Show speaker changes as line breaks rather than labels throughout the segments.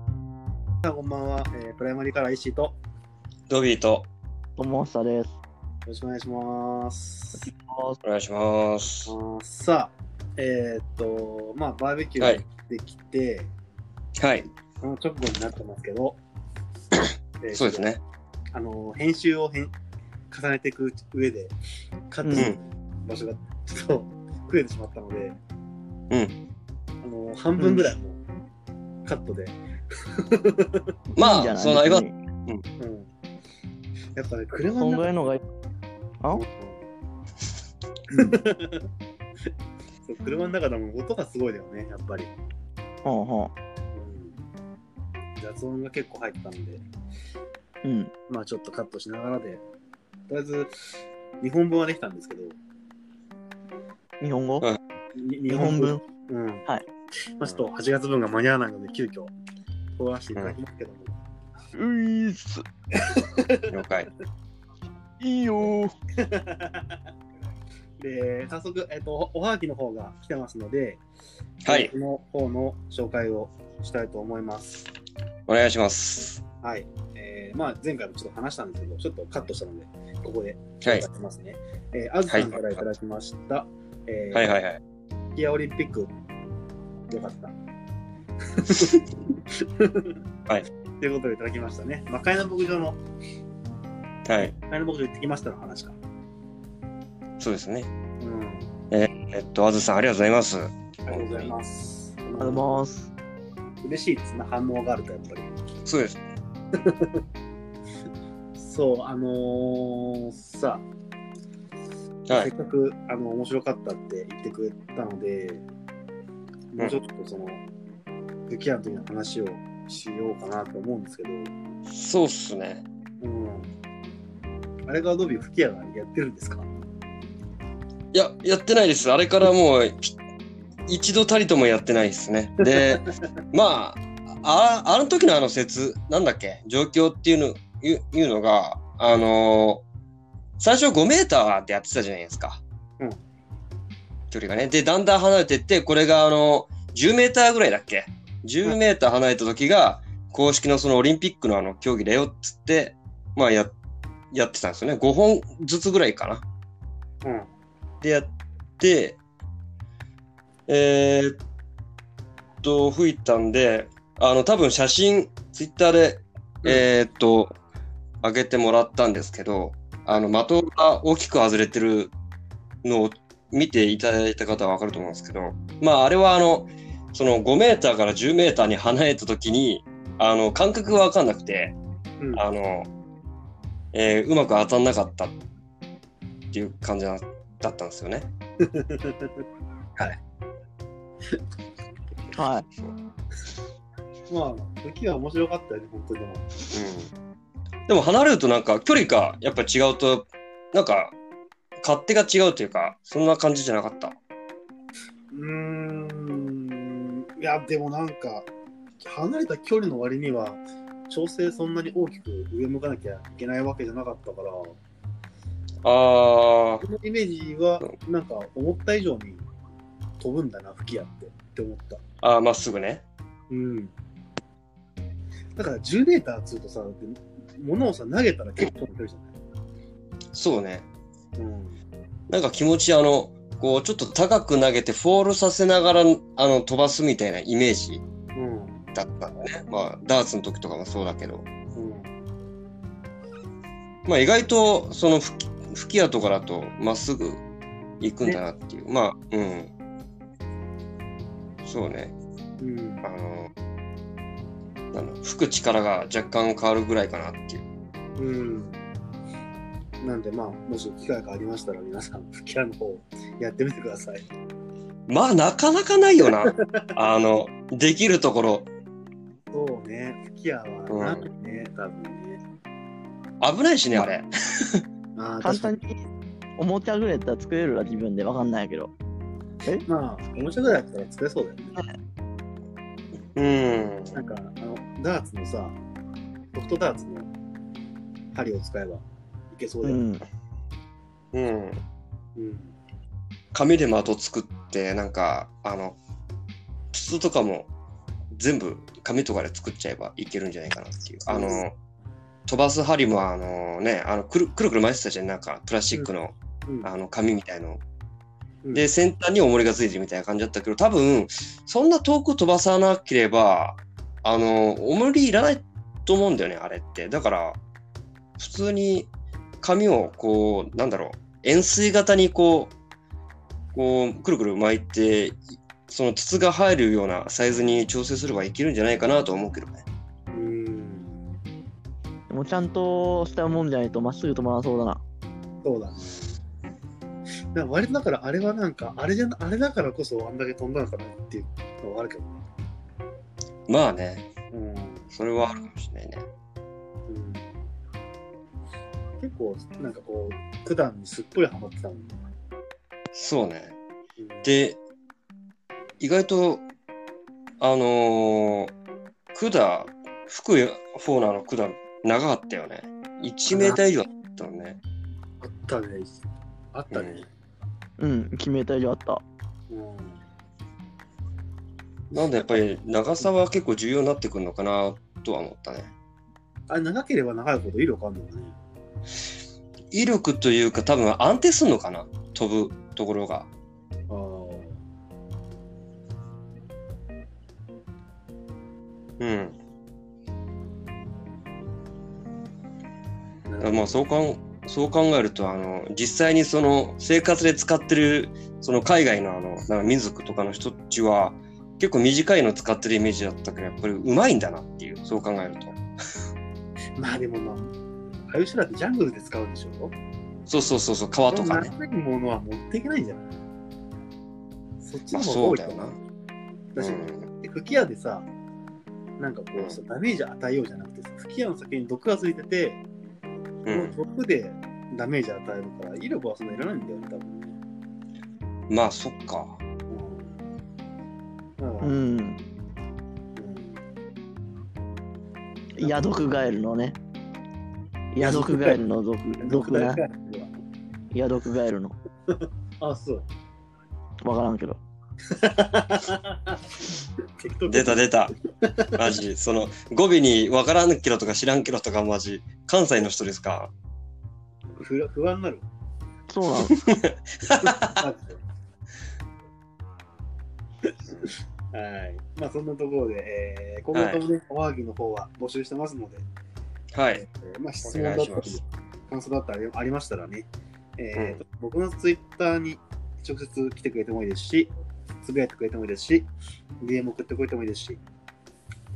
さんこんばんは、えープライマリから石井とよ
ドビーと
ともさです。
ろしくお願いします。
お願いします。
さあ、えーっと、まあ、バーベキュ
は
ー
い。
できて、
はい。
その直後になってますけ ど、えー
そうです。ね。
あの、編集を編重ねていく上で、カットの場所がちょっと増えてしまったので、
うん。
あの、半分ぐらいもうカットで、
いいんじ
ま
ゃ
あ、
ない
そうなります
別。に
うん。やっぱね、車
そ
の
んぐ
中
らいのがいい。あ
そう車の中でも音がすごいだよね、やっぱり。
ほうほ
うん雑音が結構入ったんで、
う。うん。
まあちょっとカットしながらで、とりあえず2本分はできたんですけど、
日本語
はい
に
日本文。
うん。
はい。
まあちょっと8月分が間に合わないので、急遽、通らせていただきますけども、
ういっす。
了解。
いいよー。
で、早速、えっと、おおはがきの方が来てますので、
はい
こ。の方の紹介をしたいと思います。
お願いします。
はい。えーまあ前回もちょっと話したんですけど、ちょっとカットしたので、ここで
はい
や。ってますね。えー、あずさんからいただきました。えー
はいはいはい。
フィギュアオリンピック、よかった。
はい。
ということでいただきましたね。魔界の牧場の、
はい。
魔界の牧場行ってきましたの話か。
そうですね。
うん。
えっと、あずさん、ありがとうございます。
ありがとうございます。あり
あります。
嬉しいですね、反応があるとやっぱり。
そうです。
そう、あのーさ、
は
せ
い
っ。かくあの面白かったって言ってくれたので、もうちょっとその、雪キアの時の話をしようかなと思うんですけど、
そうっすね。
うん。あれがドビー、吹き矢がやってるんですか
いや、やってないです。あれからもう、き一度たりともやってないですね。 で、まあ、ああの時のあの説、なんだっけ、状況っていうの、いういうのが、あのー最初5メーターでやってたじゃないですか。
うん
距離がね。で、だんだん離れてって、これが、あの10メーターぐらいだっけ ?10 メーター離れた時が、公式のそのオリンピックのあの競技だよっつって、まあや、やってたんですよね。5本ずつぐらいかな。
うん。
でやって、えーっと、吹いたんで、あの、多分写真、ツイッターで、えーっと、上げてもらったんですけど、あの、的が大きく外れてるのを見ていただいた方はわかると思うんですけど、まあ、あれはあの、その5メーターから10メーターに離れた時に、あの、感覚がわかんなくて、
うん、
あの、えーうまく当たんなかったっていう感じなだったんですよね。
は
まあ、吹き矢面白かったよね、本当にでも。
うん、でも離れるとなんか距離がやっぱ違うとなんか勝手が違うというかそんな感じじゃなかった。
うーん。いや、でもなんか、離れた距離の割には、調整そんなに大きく上向かなきゃいけないわけじゃなかったから、こ
あー
のイメージは、なんか思った以上に飛ぶんだな、吹き矢って、って思った。
あーまっすぐね。
うん。だから10メーターつうとさ、物をさ、投げたら結構飛ぶじ
そうね。
ゃないうん。
なんか気持ちあのこうちょっと高く投げてフォールさせながらあの飛ばすみたいなイメージ
うん。
だったんだね。まあダーツの時とかもそうだけど。
うん。
まあ意外とその吹き吹き矢とかだとまっすぐ行くんだなっていう。まあうん。そうね。
うん
あの、なんだ、吹く力が若干変わるぐらいかなっていう。
うん。なんでまあ、もし機会がありましたら皆さん、吹き矢の方やってみてください。
まあ、なかなかないよな。あの、できるところ、
そうね、吹き矢は
うん
なんかね、多分ね。
危ないしね、あれ。
まあ、
い。簡単
に。
におもちゃぐらいだったら作れるわ自分でわかんないけど。
まあ、おもちゃぐらいだったら作れそうだよね。
うん。
なんか、あの、ダーツのさ、ソフトダーツの針を使えばいけそうだ
う
よね。
ん。
うん。
うん。
紙で的作って、なんか、あの、筒とかも全部紙とかで作っちゃえばいけるんじゃないかなっていう。あの、飛ばす針もあのね、あのくるくるくる巻いてたじゃん、なんかプラスチックの,、
うん
あの紙みたい
う
の。
ん
で、先端に重りがついてるみたいな感じだったけど、多分、そんな遠く飛ばさなければ、あの、重りいらないと思うんだよね、あれって。だから、普通に紙をこう、なんだろう、円錐型にこう、こう、くるくる巻いて、その筒が入るようなサイズに調整すればいけるんじゃないかなとは思うけどね。
うん
でもちゃんとしたもんじゃないとまっすぐ止まらなそうだな。
そうだね。なんか割とだからあれはなんかあれじゃなあれだからこそあんだけ飛んだのかなっていうのはあるけどね。
まあね、
うん
それはあるかもしれないね。
うん結構なんかこう普段にすっぽりハマってたもんね。
そうね。
うん、
で、意外と、あのー、管、福井フォーナーの管、長かったよね。1メーター以上あったのね。
あったね。あったね。
うん、決めた以上あった。
うん
なんでやっぱり長さは結構重要になってくるのかなとは思ったね。
あれ長ければ長いほど威力あるんだよね。
威力というか多分安定するのかな飛ぶところが。
あ
うん。
あ。
だからまあそうかんそう考えるとあの実際にその生活で使ってるその海外のあのなんか民族とかの人たちは結構短いの使ってるイメージだったけどやっぱりうまいんだなっていうそう考えると
まあでもな、ああいう人だってジャングルで使うんでしょ
そうそうそうそう川とかね
長いものは持っていけないんじゃないそっち
ま
の
あ
方
そう
が
だ
多い
よな、
だし、
うん、
吹き矢でさ、なんかこ
うん
う、そうダメージ与えようじゃなくてさ、吹き矢の先に毒がついてて、そ
うん
の毒でダメージ与えるから、威力はそんなにいらないんだよね、多分ね。
まあそっか
うん。
う
うん
ん。ヤドクガエルのね。ヤドクガエルの毒、毒な。ヤドクガエルの。
あ、そう。
わからんけど。
適当
出た出たマ ジその語尾に分からんけどとか知らんけどとかマジ関西の人ですか
不安不安になる。
そうなの。
マジで はい。まあそんなところで、えー、今後ともね、おはぎの方は募集してますので、
はい
えーまあ質問だっ
お
た
願いしま
り
す、
感想だったりありましたらね、えー
う
僕のツイッターに直接来てくれてもいいですし、つぶやいてくれてもいいですし、DM 送ってくれてもいいですし、とい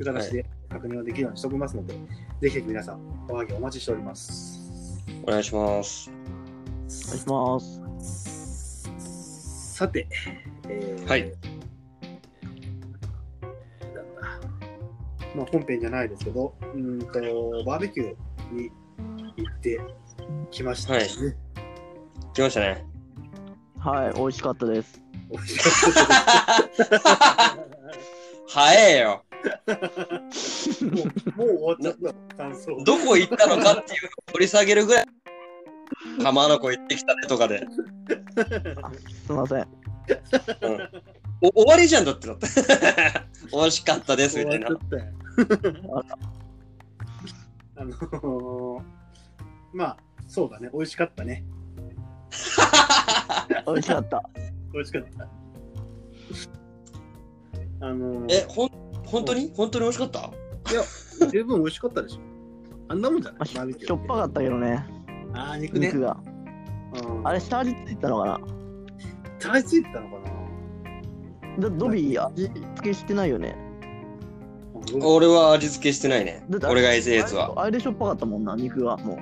う形で確認をできるようにしておきますので、ぜひぜひ皆さん、おはぎお待ちしております。
お願いします
お願いします。
さて、えー
はい。
なんだまあ、本編じゃないですけど、うーんと、バーベキューに行ってきましたね。
はい来ましたね
はい、美味しかったです。
美味しかったです
早えよ
もうもう終わっちゃった感想。
どこ行ったのかっていうのを掘り下げるぐらい浜名湖行ってきたねとかで、
すみません。
うんお終わりじゃんだってだって 惜しかったですみたいな
終わっちゃったよ
あ
あのー、まあ、そうだね、美味しかったね。
美味しかった。
美味しかった。あのー、
えほん本当に本当に惜しかった
十分美味しかったでしょ。あんなもんじゃない
まあ、ししょっぱかったけどね、
ああ、肉ね。
肉が。
うん
あれ、下味ついてたのか
食べついてたのかな
なだドビー味付けしてないよね。
俺は味付けしてないね
だって
俺が SS は
あれでしょっぱかったもんな、肉が。も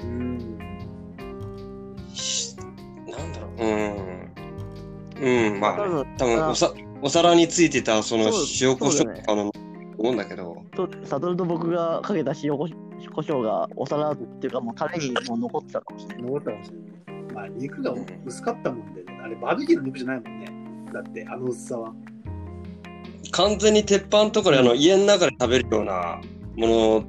う。
うん。
しなんだろううんうんまあ、ね、多
多
分
分
おさお皿についてたその
そう
塩コシ
そ
ョ
うだね
ウとかの思うんだけど
とサトルと僕がかけた塩こし胡椒がお皿っていうかもうタレにもう残ってたかもしれない。
残ったかもしれない。まあ、肉が薄かったもんで、ね、あれ、バーベキューの肉じゃないもんね。だって、あの薄さは。
完全に鉄板とかであの家の中で食べるようなもの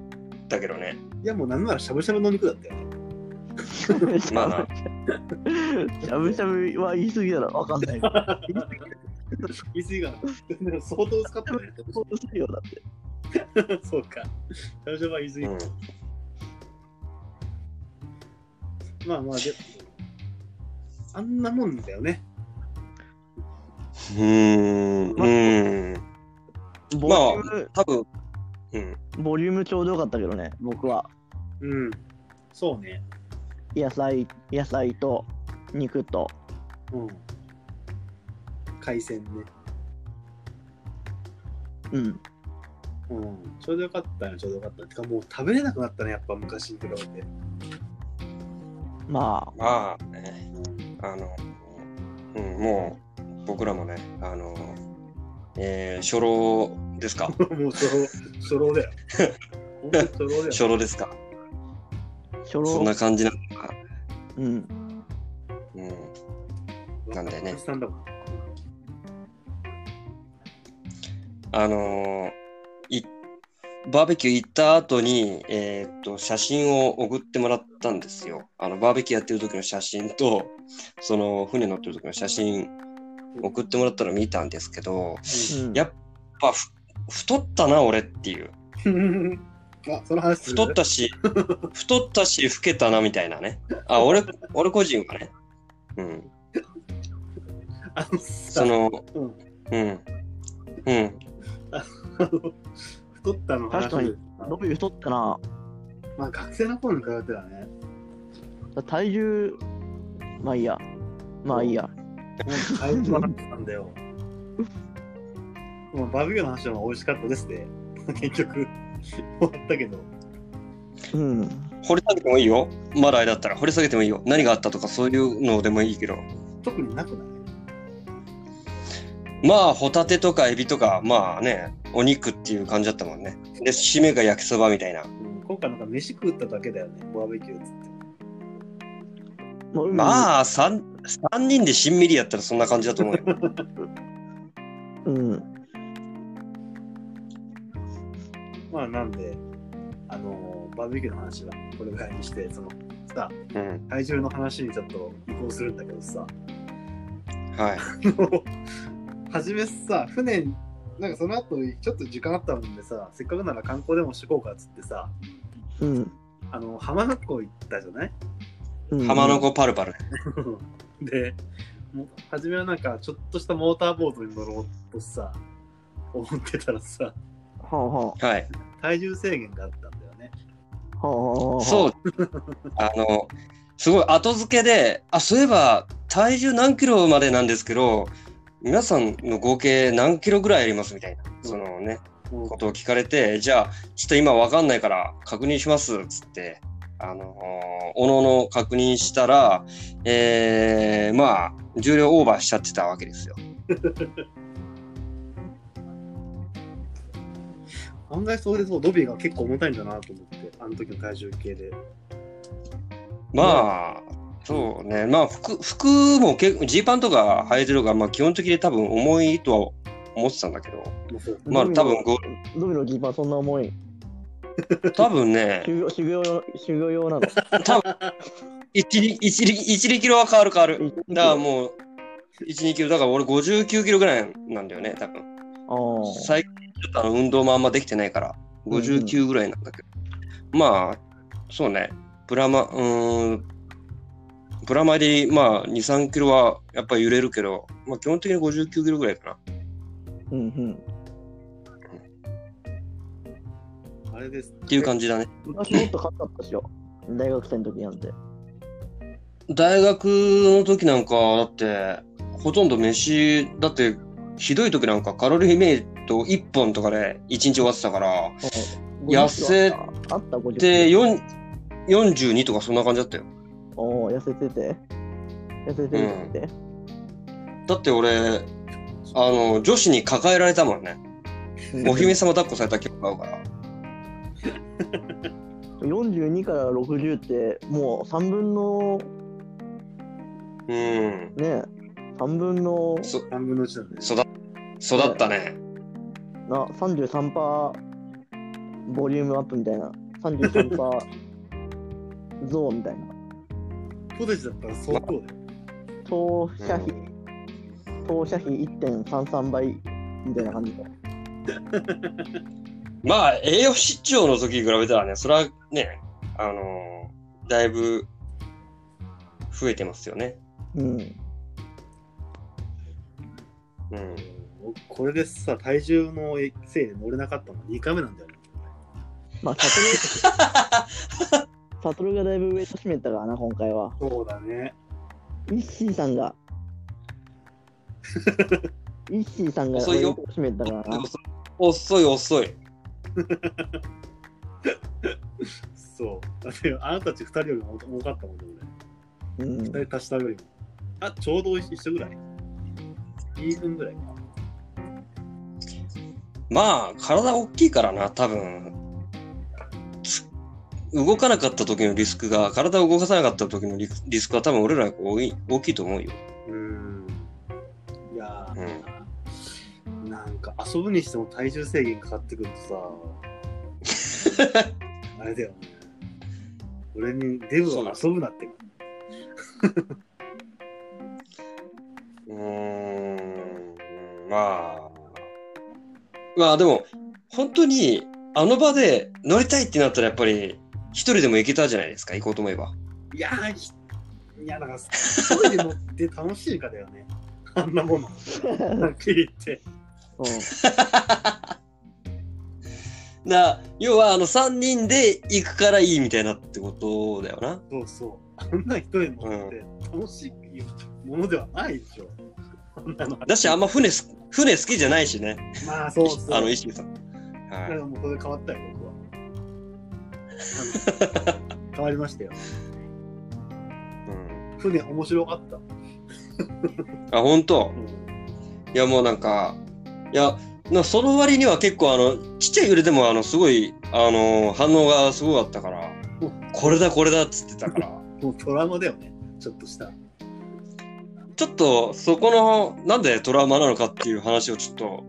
だけどね
いや、もうなんならしゃぶしゃぶの肉だったよね。
まあな
しゃぶしゃぶは言い過ぎだろ、わかんない。言い過ぎ
言い過ぎかな。でも相当使ってる、
そうですよだって。
ね。そうか。最初は言い過ぎ
う
か。
ん。
まあまあ、であんなもんだよね。
うーん。うーん。
ボリ
まあ
ューム、
多分、うん。
ボリュームちょうどよかったけどね、僕は。
うん。そうね。
野菜、野菜と肉と。
うん。海鮮ね。
うん。
うん。ちょうどよかったね、ちょうどよかった。てかもう食べれなくなったね、やっぱ昔に比べて。
ま
まあ、ね、あの、うん、もう、僕らもね、あの、えー、初老です か
もう初老、初老だよ。本当に初老だよ。
初老ですか
あ、初
そん
老
な、感じなのか。
うん。
うん。なんだよね
おじさんだもん
あのーいバーベキュー行った後に、えーっと写真を送ってもらったんですよ。あのバーベキューやってる時の写真とその船乗ってる時の写真送ってもらったの見たんですけど
うん、
やっぱふ太ったな俺っていう
うんあ、その話する
太ったし太ったし老けたなみたいなねあ俺俺個人はね、うん、
あの
そ
さ、
の
うん
うんうん
あの太ったの話
確かにノビ太ったな。
まあ学生の頃に比べたらね、
体重、まあいいや。まあいいや。
もう大変なってたんだよ。まあバーベキューの話は美味しかったですね。結局、終わったけど。
うん。
掘り下げてもいいよまだあれだったら掘り下げてもいいよ何があったとかそういうのでもいいけど
特になくない
まあホタテとかエビとかまあねお肉っていう感じだったもんねで締めが焼きそばみたいな
うん今回なんか飯食っただけだよね、バーベキューっつって。
もうあ、
まあ 3, 三人でしんみりやったらそんな感じだと思う よ
うん。
まあなんで、あのバーベキューの話はこれぐらいにして、そのさ、
うん
体重の話にちょっと移行するんだけどさ、
はい
はじめさ、船、なんかその後ちょっと時間あったもんでさ、せっかくなら観光でもしこうかっつってさ、
うん。
あの浜名湖行ったじゃない
うん
浜の子パルパル
で、もう初めはなんかちょっとしたモーターボートに乗ろうとさ、思ってたらさ、
ほうほ
はい
体重制限があったんだよね。
うほうほうほう
そうう あのすごい後付けであそういえば体重何キロまでなんですけど皆さんの合計何キロぐらいありますみたいなそのね
もう
ことを聞かれて、じゃあ、ちょっと今わかんないから確認します、つって、あのーおのおの確認したら、えー、まあ、重量オーバーしちゃってたわけですよ。
案外それでそうドビーが結構重たいんだなと思って、あの時の体重計で。
まあ、そうね、まあ、服、服も結構、ジーパンとか履いてるから、まあ、基本的に多分重いとは思ってたんだけど、
もうそう
まあ、多分ご、
ドミノキーパーそんな重い
多分ね、
修行修行用修 行用なの
多分一力一力一力キロは変わる変わる。だからもう、1、2キロ、だから俺59キロぐらいなんだよね、多分。
ああ
最近ちょっとあの運動もあんまできてないから、59ぐらいなんだけど、まあ、そうね、プラマ、うーん、プラマで、まあ、2、3キロはやっぱり揺れるけど、まあ、基本的に59キロぐらいか
うんうん
あれです。
なっていう感じだね。
昔もっと硬かったっしょ大学生の時なんて
大学の時なんか、だって、ほとんど飯、だって、ひどい時なんかカロリーメイト1本とかで1日終わってたから、痩せ
あった50
で、4 42とかそんな感じだったよ。
おお痩せてて痩せてて、
だって俺、あの、女子に抱えられたもんね。
うん
お姫様抱っこされた記憶があるから。
42から60ってもう3分の
うん。
ね3分の
そ、
3分の1なんで。
育っ、育ったね。
な33%ボリュームアップみたいな33% 増みたいな
ポテチだったら相当だよ。
消費者費、投射費1.33倍みたいな感じで。
まあ、栄養失調の時に比べたらね、それはね、あのーだいぶ増えてますよね。
うん。
うん。
これでさ、体重のせいで乗れなかったの2回目なんだよね。
まあ、サトル、サトルがだいぶウェイト締めたからな、今回は。
そうだね。
イッシーさん が。イッシーさんがウ
遅い
ェイ
よ
ト締めたからな。
遅い遅い。
そう。だって、あなたたち2人よりも多かったもんね、
う
俺。
ん
2人足したよりも。あ、ちょうど一緒ぐらい。イーブンぐらいか。
まあ、体大きいからな、多分。つ動かなかった時のリスクが、体を動かさなかった時のリリスクは多分俺らの方が多い大きいと思うよ。
うーん。いやー、なんか遊ぶにしても体重制限かかってくるとさ、あれだよね。俺にデブは遊ぶなって。
うーん、まあ。まあでも、本当に、あの場で乗りたいってなったらやっぱり、一人でも行けたじゃないですか、行こうと思えば。
いやー、ひいやだから、一人で乗って楽しいかだよね。 あんなもの。はっきり言って。
う
な、要はあの3人で行くからいいみたいなってことだよな。
そうそう。あんな一人で乗って楽しいものではないでしょ。あんなの
だし、あんま船す、船好きじゃないしね。
まあ、そうそう。
あの、石部さん。
だか
は
らもうこれ変わったよ、僕は。あの変わりましたよ。
い。うん、
船面白かった。
あ、本当いや、もうなんか、いや、なその割には結構あの、ちっちゃい揺れでもあの、すごい、あの、反応がすごかったから
うん、
これだこれだっつってたから、
もうトラウマだよね、ちょっとした。
ちょっとそこの、なんでトラウマなのかっていう話をちょっと、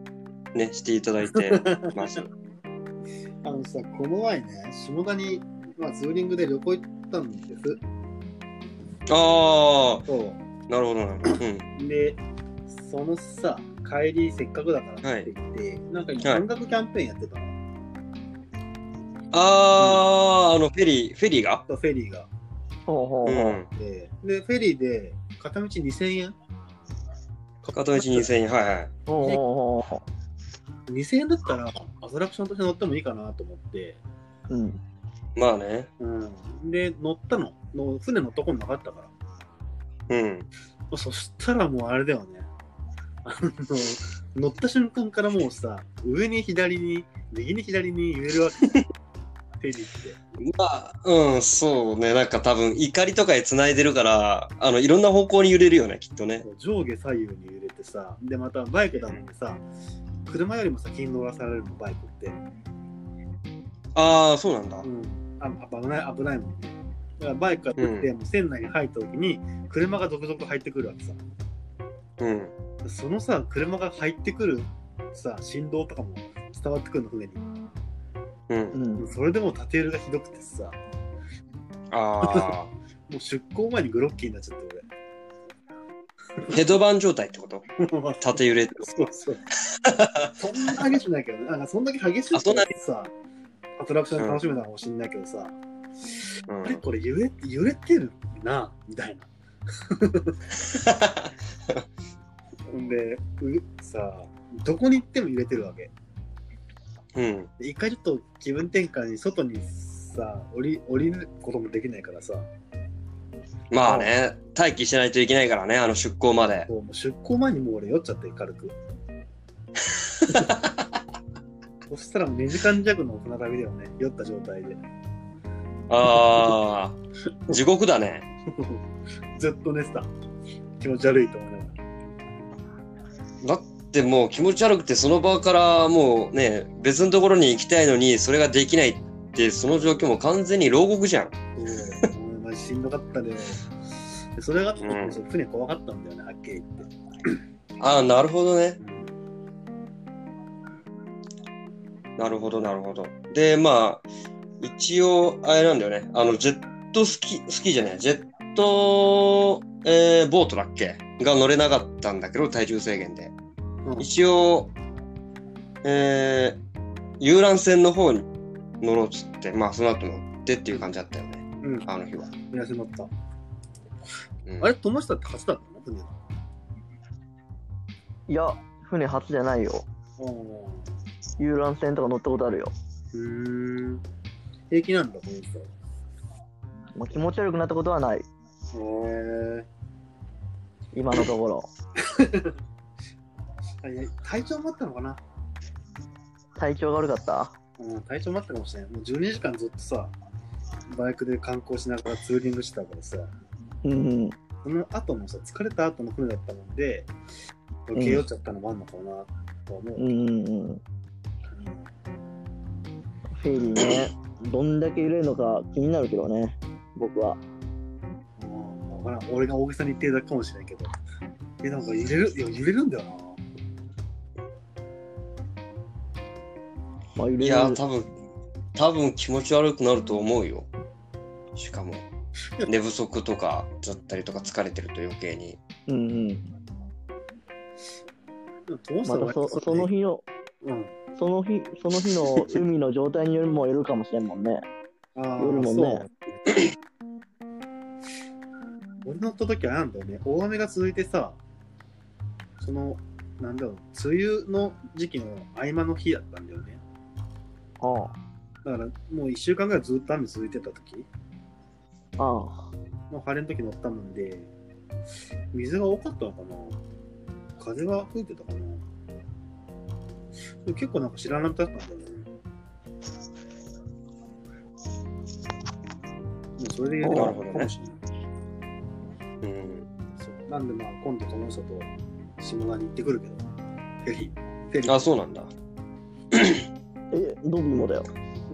ね、していただい てます。
あのさ、この前ね、下田に、まあ、ツーリングで旅行行ったんです。
あ
そ
あ、なるほどなるほ ど。うん。
うで、そのさ、帰りせっかくだからって言って、なんか半額キャンペーンやってたの、
ああ、あの、フェリー、フェリーが
フェリーが。
ほうほ
う
うほ
ん
う。。
で、でフェリーで片道2000円
片道2000円、はいはい。
ほうほうほ
2000円だったらアトラクションとして乗ってもいいかなと思って、
う。うん。
まあね。
うん、で乗ったのの船乗ったことなかったから
うん。
そしたらもうあれだよねあの乗った瞬間からもうさ上に左に右に左に揺れるわけ手にって
まあ、うん、そうね。なんか多分、怒りとかへ繋いでるから、あの、いろんな方向に揺れるよね、きっとね。
上下左右に揺れてさでまたバイクなのでさ車よりも先に乗らされるのバイクって、
ああ、そうなんだ
う。ん、あ危ない危ないもんねだからバイクが出て、もう船内に入った時に車が続々入ってくるわけさ
うん。
そのさ、車が入ってくるさ、振動とかも伝わってくるの、船に。
う。
うんん。
それでも縦揺れがひどくてさ、も
ああ。
う出港前にグロッキーになっちゃって、
ヘドバン状態ってこと
俺。
縦揺れってこ
そうそう。そんな激しくないけどね、なんかそんだけ激し
あそ
く
んな
ないさ、アトラクション楽しめたのかもしれないけどさ、
と。う
あれ
ん。
これ揺れ揺れてるな、みたいな。んで、うさ、どこに行っても揺れてるわけ。
うん。
で一回ちょっと気分転換に外にさ、降り降りることもできないからさ、
まあね、待機しないといけないからね、あの出港まで。
もう出航前にもう俺酔っちゃって軽 くそしたらもう2時間弱の船旅だよね酔った状態で
あ あ、地獄だね。
ずっと寝てた気持ち悪いと思いながら
だってもう気持ち悪くてその場からもうね別のところに行きたいのにそれができないってその状況も完全に牢獄じゃん
そうもうマジしんどかったねでそれがあった時もさ船怖かったんだよねはっきり言って、
ああなるほどねなるほどなるほどでまあ一応あれなんだよねあのジェットスキースキーじゃないジェット、えーボートだっけが乗れなかったんだけど、体重制限で。
うん
一応、えー、遊覧船の方に乗ろうっつって、まあその後乗ってっていう感じだったよね、
うん、
あの日は。
目安に乗った。
うん
あれ、友下って初だったの船が。
いや、船初じゃないよ。遊覧船とか乗ったことあるよ。
うん。うーん。平気なんだ、この人。
まあ、気持ち悪くなったことはない。
へ
今のとこ ろ。
え。体調もあったのかな
体調が悪かった
うん、体調もあったかもしれない。もう12時間ずっとさ、バイクで観光しながらツーリングしてたからさ、
うん。
その後のさ、疲れた後の船だったもんで、受けよっちゃったのもあんのかなとは思う。
うんうんうん。フェリーね。どんだけ揺れるのか気になるけどね。僕は。
うん、わからん。俺が大げさに言ってるだけかもしれないけど。え、なんか揺れる、いや、揺れるんだよな。
まあ、揺れる
いや、多分、多分気持ち悪くなると思うよ。しかも、寝不足とかだったりとか疲れてると余計に。
うんうん。
でも友達
ま
は
た
割と
そその日の、
うん。
その日、その日の海の状態によりもよるかもしれんもんね。
ああ、
夜もね
そう。俺の届きはなんだよね、大雨が続いてさ、その、なんだろう、梅雨の時期の合間の日だったんだよね。
あ
だからもう1週間ぐらいずっと雨続いてた時
あ。ああ。
の晴れの時乗ったもんで、水が多かったのかな風が吹いてたかなでも結構なんか知らなかったんだよね。もうそれで言うと
なるほどね
かもしれない。
うん、
そうなんでまあ今度この人と下田に行ってくるけど、フェリー。フェリー。
あ、そうなんだ。
え、ドビーもだよ。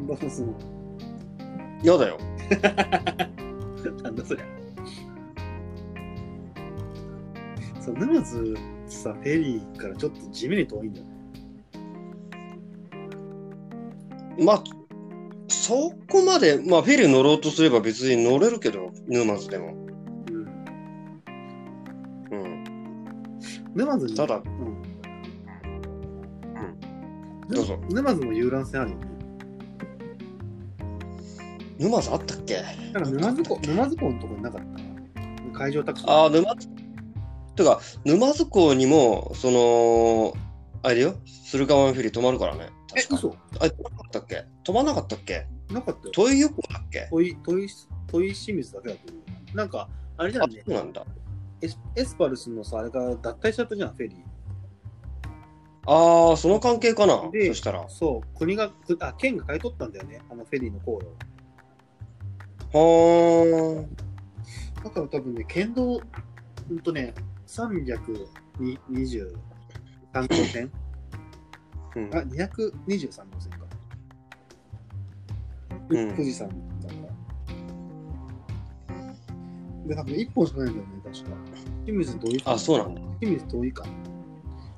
バスも。
やだよ。
なんだそりゃ。そう、沼津さ、フェリーからちょっと地味に遠いんだよね。
まあ、そこまで、まあ、フェリー乗ろうとすれば別に乗れるけど、沼津でも。
うん。
うん。
沼津に。
ただ
うん。
どうぞ
ぬ沼津も遊覧船あるよね。
沼津あったっけ
だから沼津港、沼津港のとこになかった。海上タクシー。
ああ、沼津。てか、沼津港にも、その、あれだよ、駿河湾フェリー止まるからね。
え、
確か
嘘
あれ、止まんなかったっけ止まんなかったっけ
なかったよ。
豊湯港だっけ
問い、問い、問い清水だけだと思う。なんか、あれじゃ
あ、
んね
そ。うなんだ。
エスエスパルスのさ、あれが脱退しちゃったじゃん、フェリー。
ああ、その関係かな。そ
で
したら。は
そう、国が、くあ、県が買い取ったんだよね、あのフェリーの航路を。
ーん。
だから多分ね、県道、うんとね、323号線
うん
あ、223号線か。
うん
富士山だから。で、多分1本しかないんだよね、確か。清水遠いか。
あ、そうなんだ。
清水遠いか。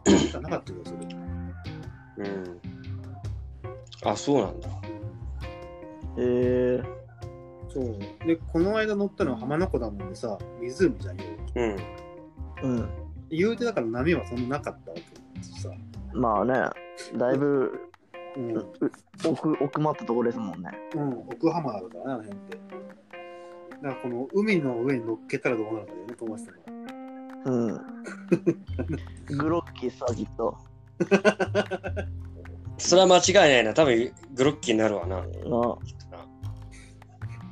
遠いかなかったよ、それ。
うん。あ、そうなんだ。
えー、
そう。で、この間乗ったのは浜名湖だもんでさ、湖じゃんよ。
うん。
うん。
言うてだから波はそんななかったわけさ。
まあね、だいぶ
うん。
う奥奥まったところですもんね。
うん、奥浜だからね、あの辺って。だからこの海の上に乗っけたらどうなるかだよね、友達さんが。
うん。グロッキーさ、きっと。
それは間違いないな。多分グロッキーになるわな。
あ
で案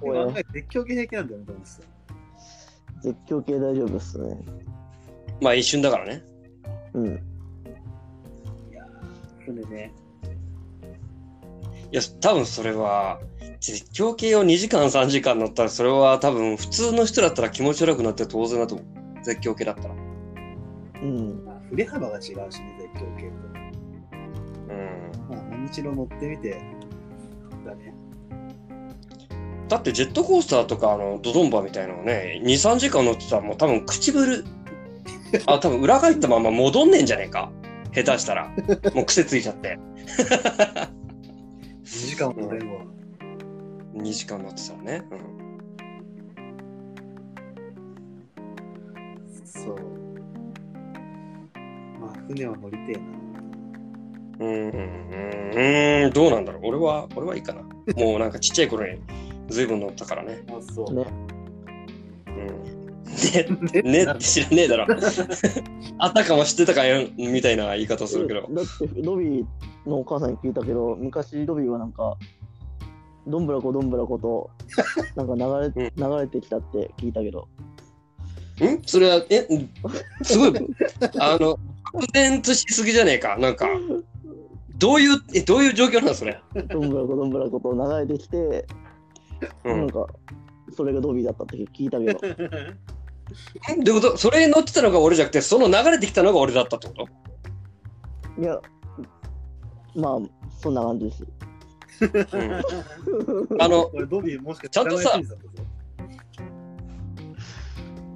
お
外
い
絶叫系平気なんだよね、友達さん。
絶叫系大丈夫っすね。
まあ一瞬だからね。
うん。
それでね、
いや、多分それは、絶叫系を2時間3時間乗ったら、それは多分普通の人だったら気持ち悪くなって当然だと思う。絶叫系だったら。
うん。
まあ、振れ幅が違うしね、絶叫系
うん。
と。まあ、何しろ乗ってみて、だね。
だってジェットコースターとかあのドドンバみたいなのね、2、3時間乗ってたらもう多分唇、あ、多分裏返ったまま戻んねえんじゃねえか。下手したら。もう癖ついちゃって。
2時間も乗れんわ。
2時間乗ってたらね。うん
そう。船は乗りてえな。
うーん、うーんどうなんだろう。俺は、俺はいいかな。もうなんかちっちゃい頃に随分乗ったからね。
あ、そう。
ね
うん。ね、ね って知らねえだろ。 あったかも知ってたかよ、みたいな言い方するけど。
だってロビーのお母さんに聞いたけど昔ロビーはなんかどんぶらこどんぶらこと なんか流れ,、流れてきたって聞いたけど
んそれは、え、すごい、あの、漠然としすぎじゃねえか。なんか、どういう、え、どういう状況なんそれ。
どんぶらこどんぶらこと流れてきて、
う
なん
ん。
かそれがロビーだったって聞いたけど
えどういうことそれに乗ってたのが俺じゃなくて、その流れてきたのが俺だったってこと
いやまあそんな感じです
あの、
俺、ドビーもしか
ちゃんと
知
さ
らない人だったぞ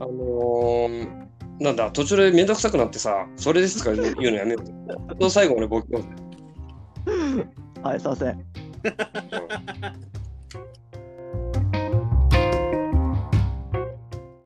あのー、なんだ、途中でめんどくさくなってさ、それですとか言う言うのやめよう。最後俺、僕、
はいすいません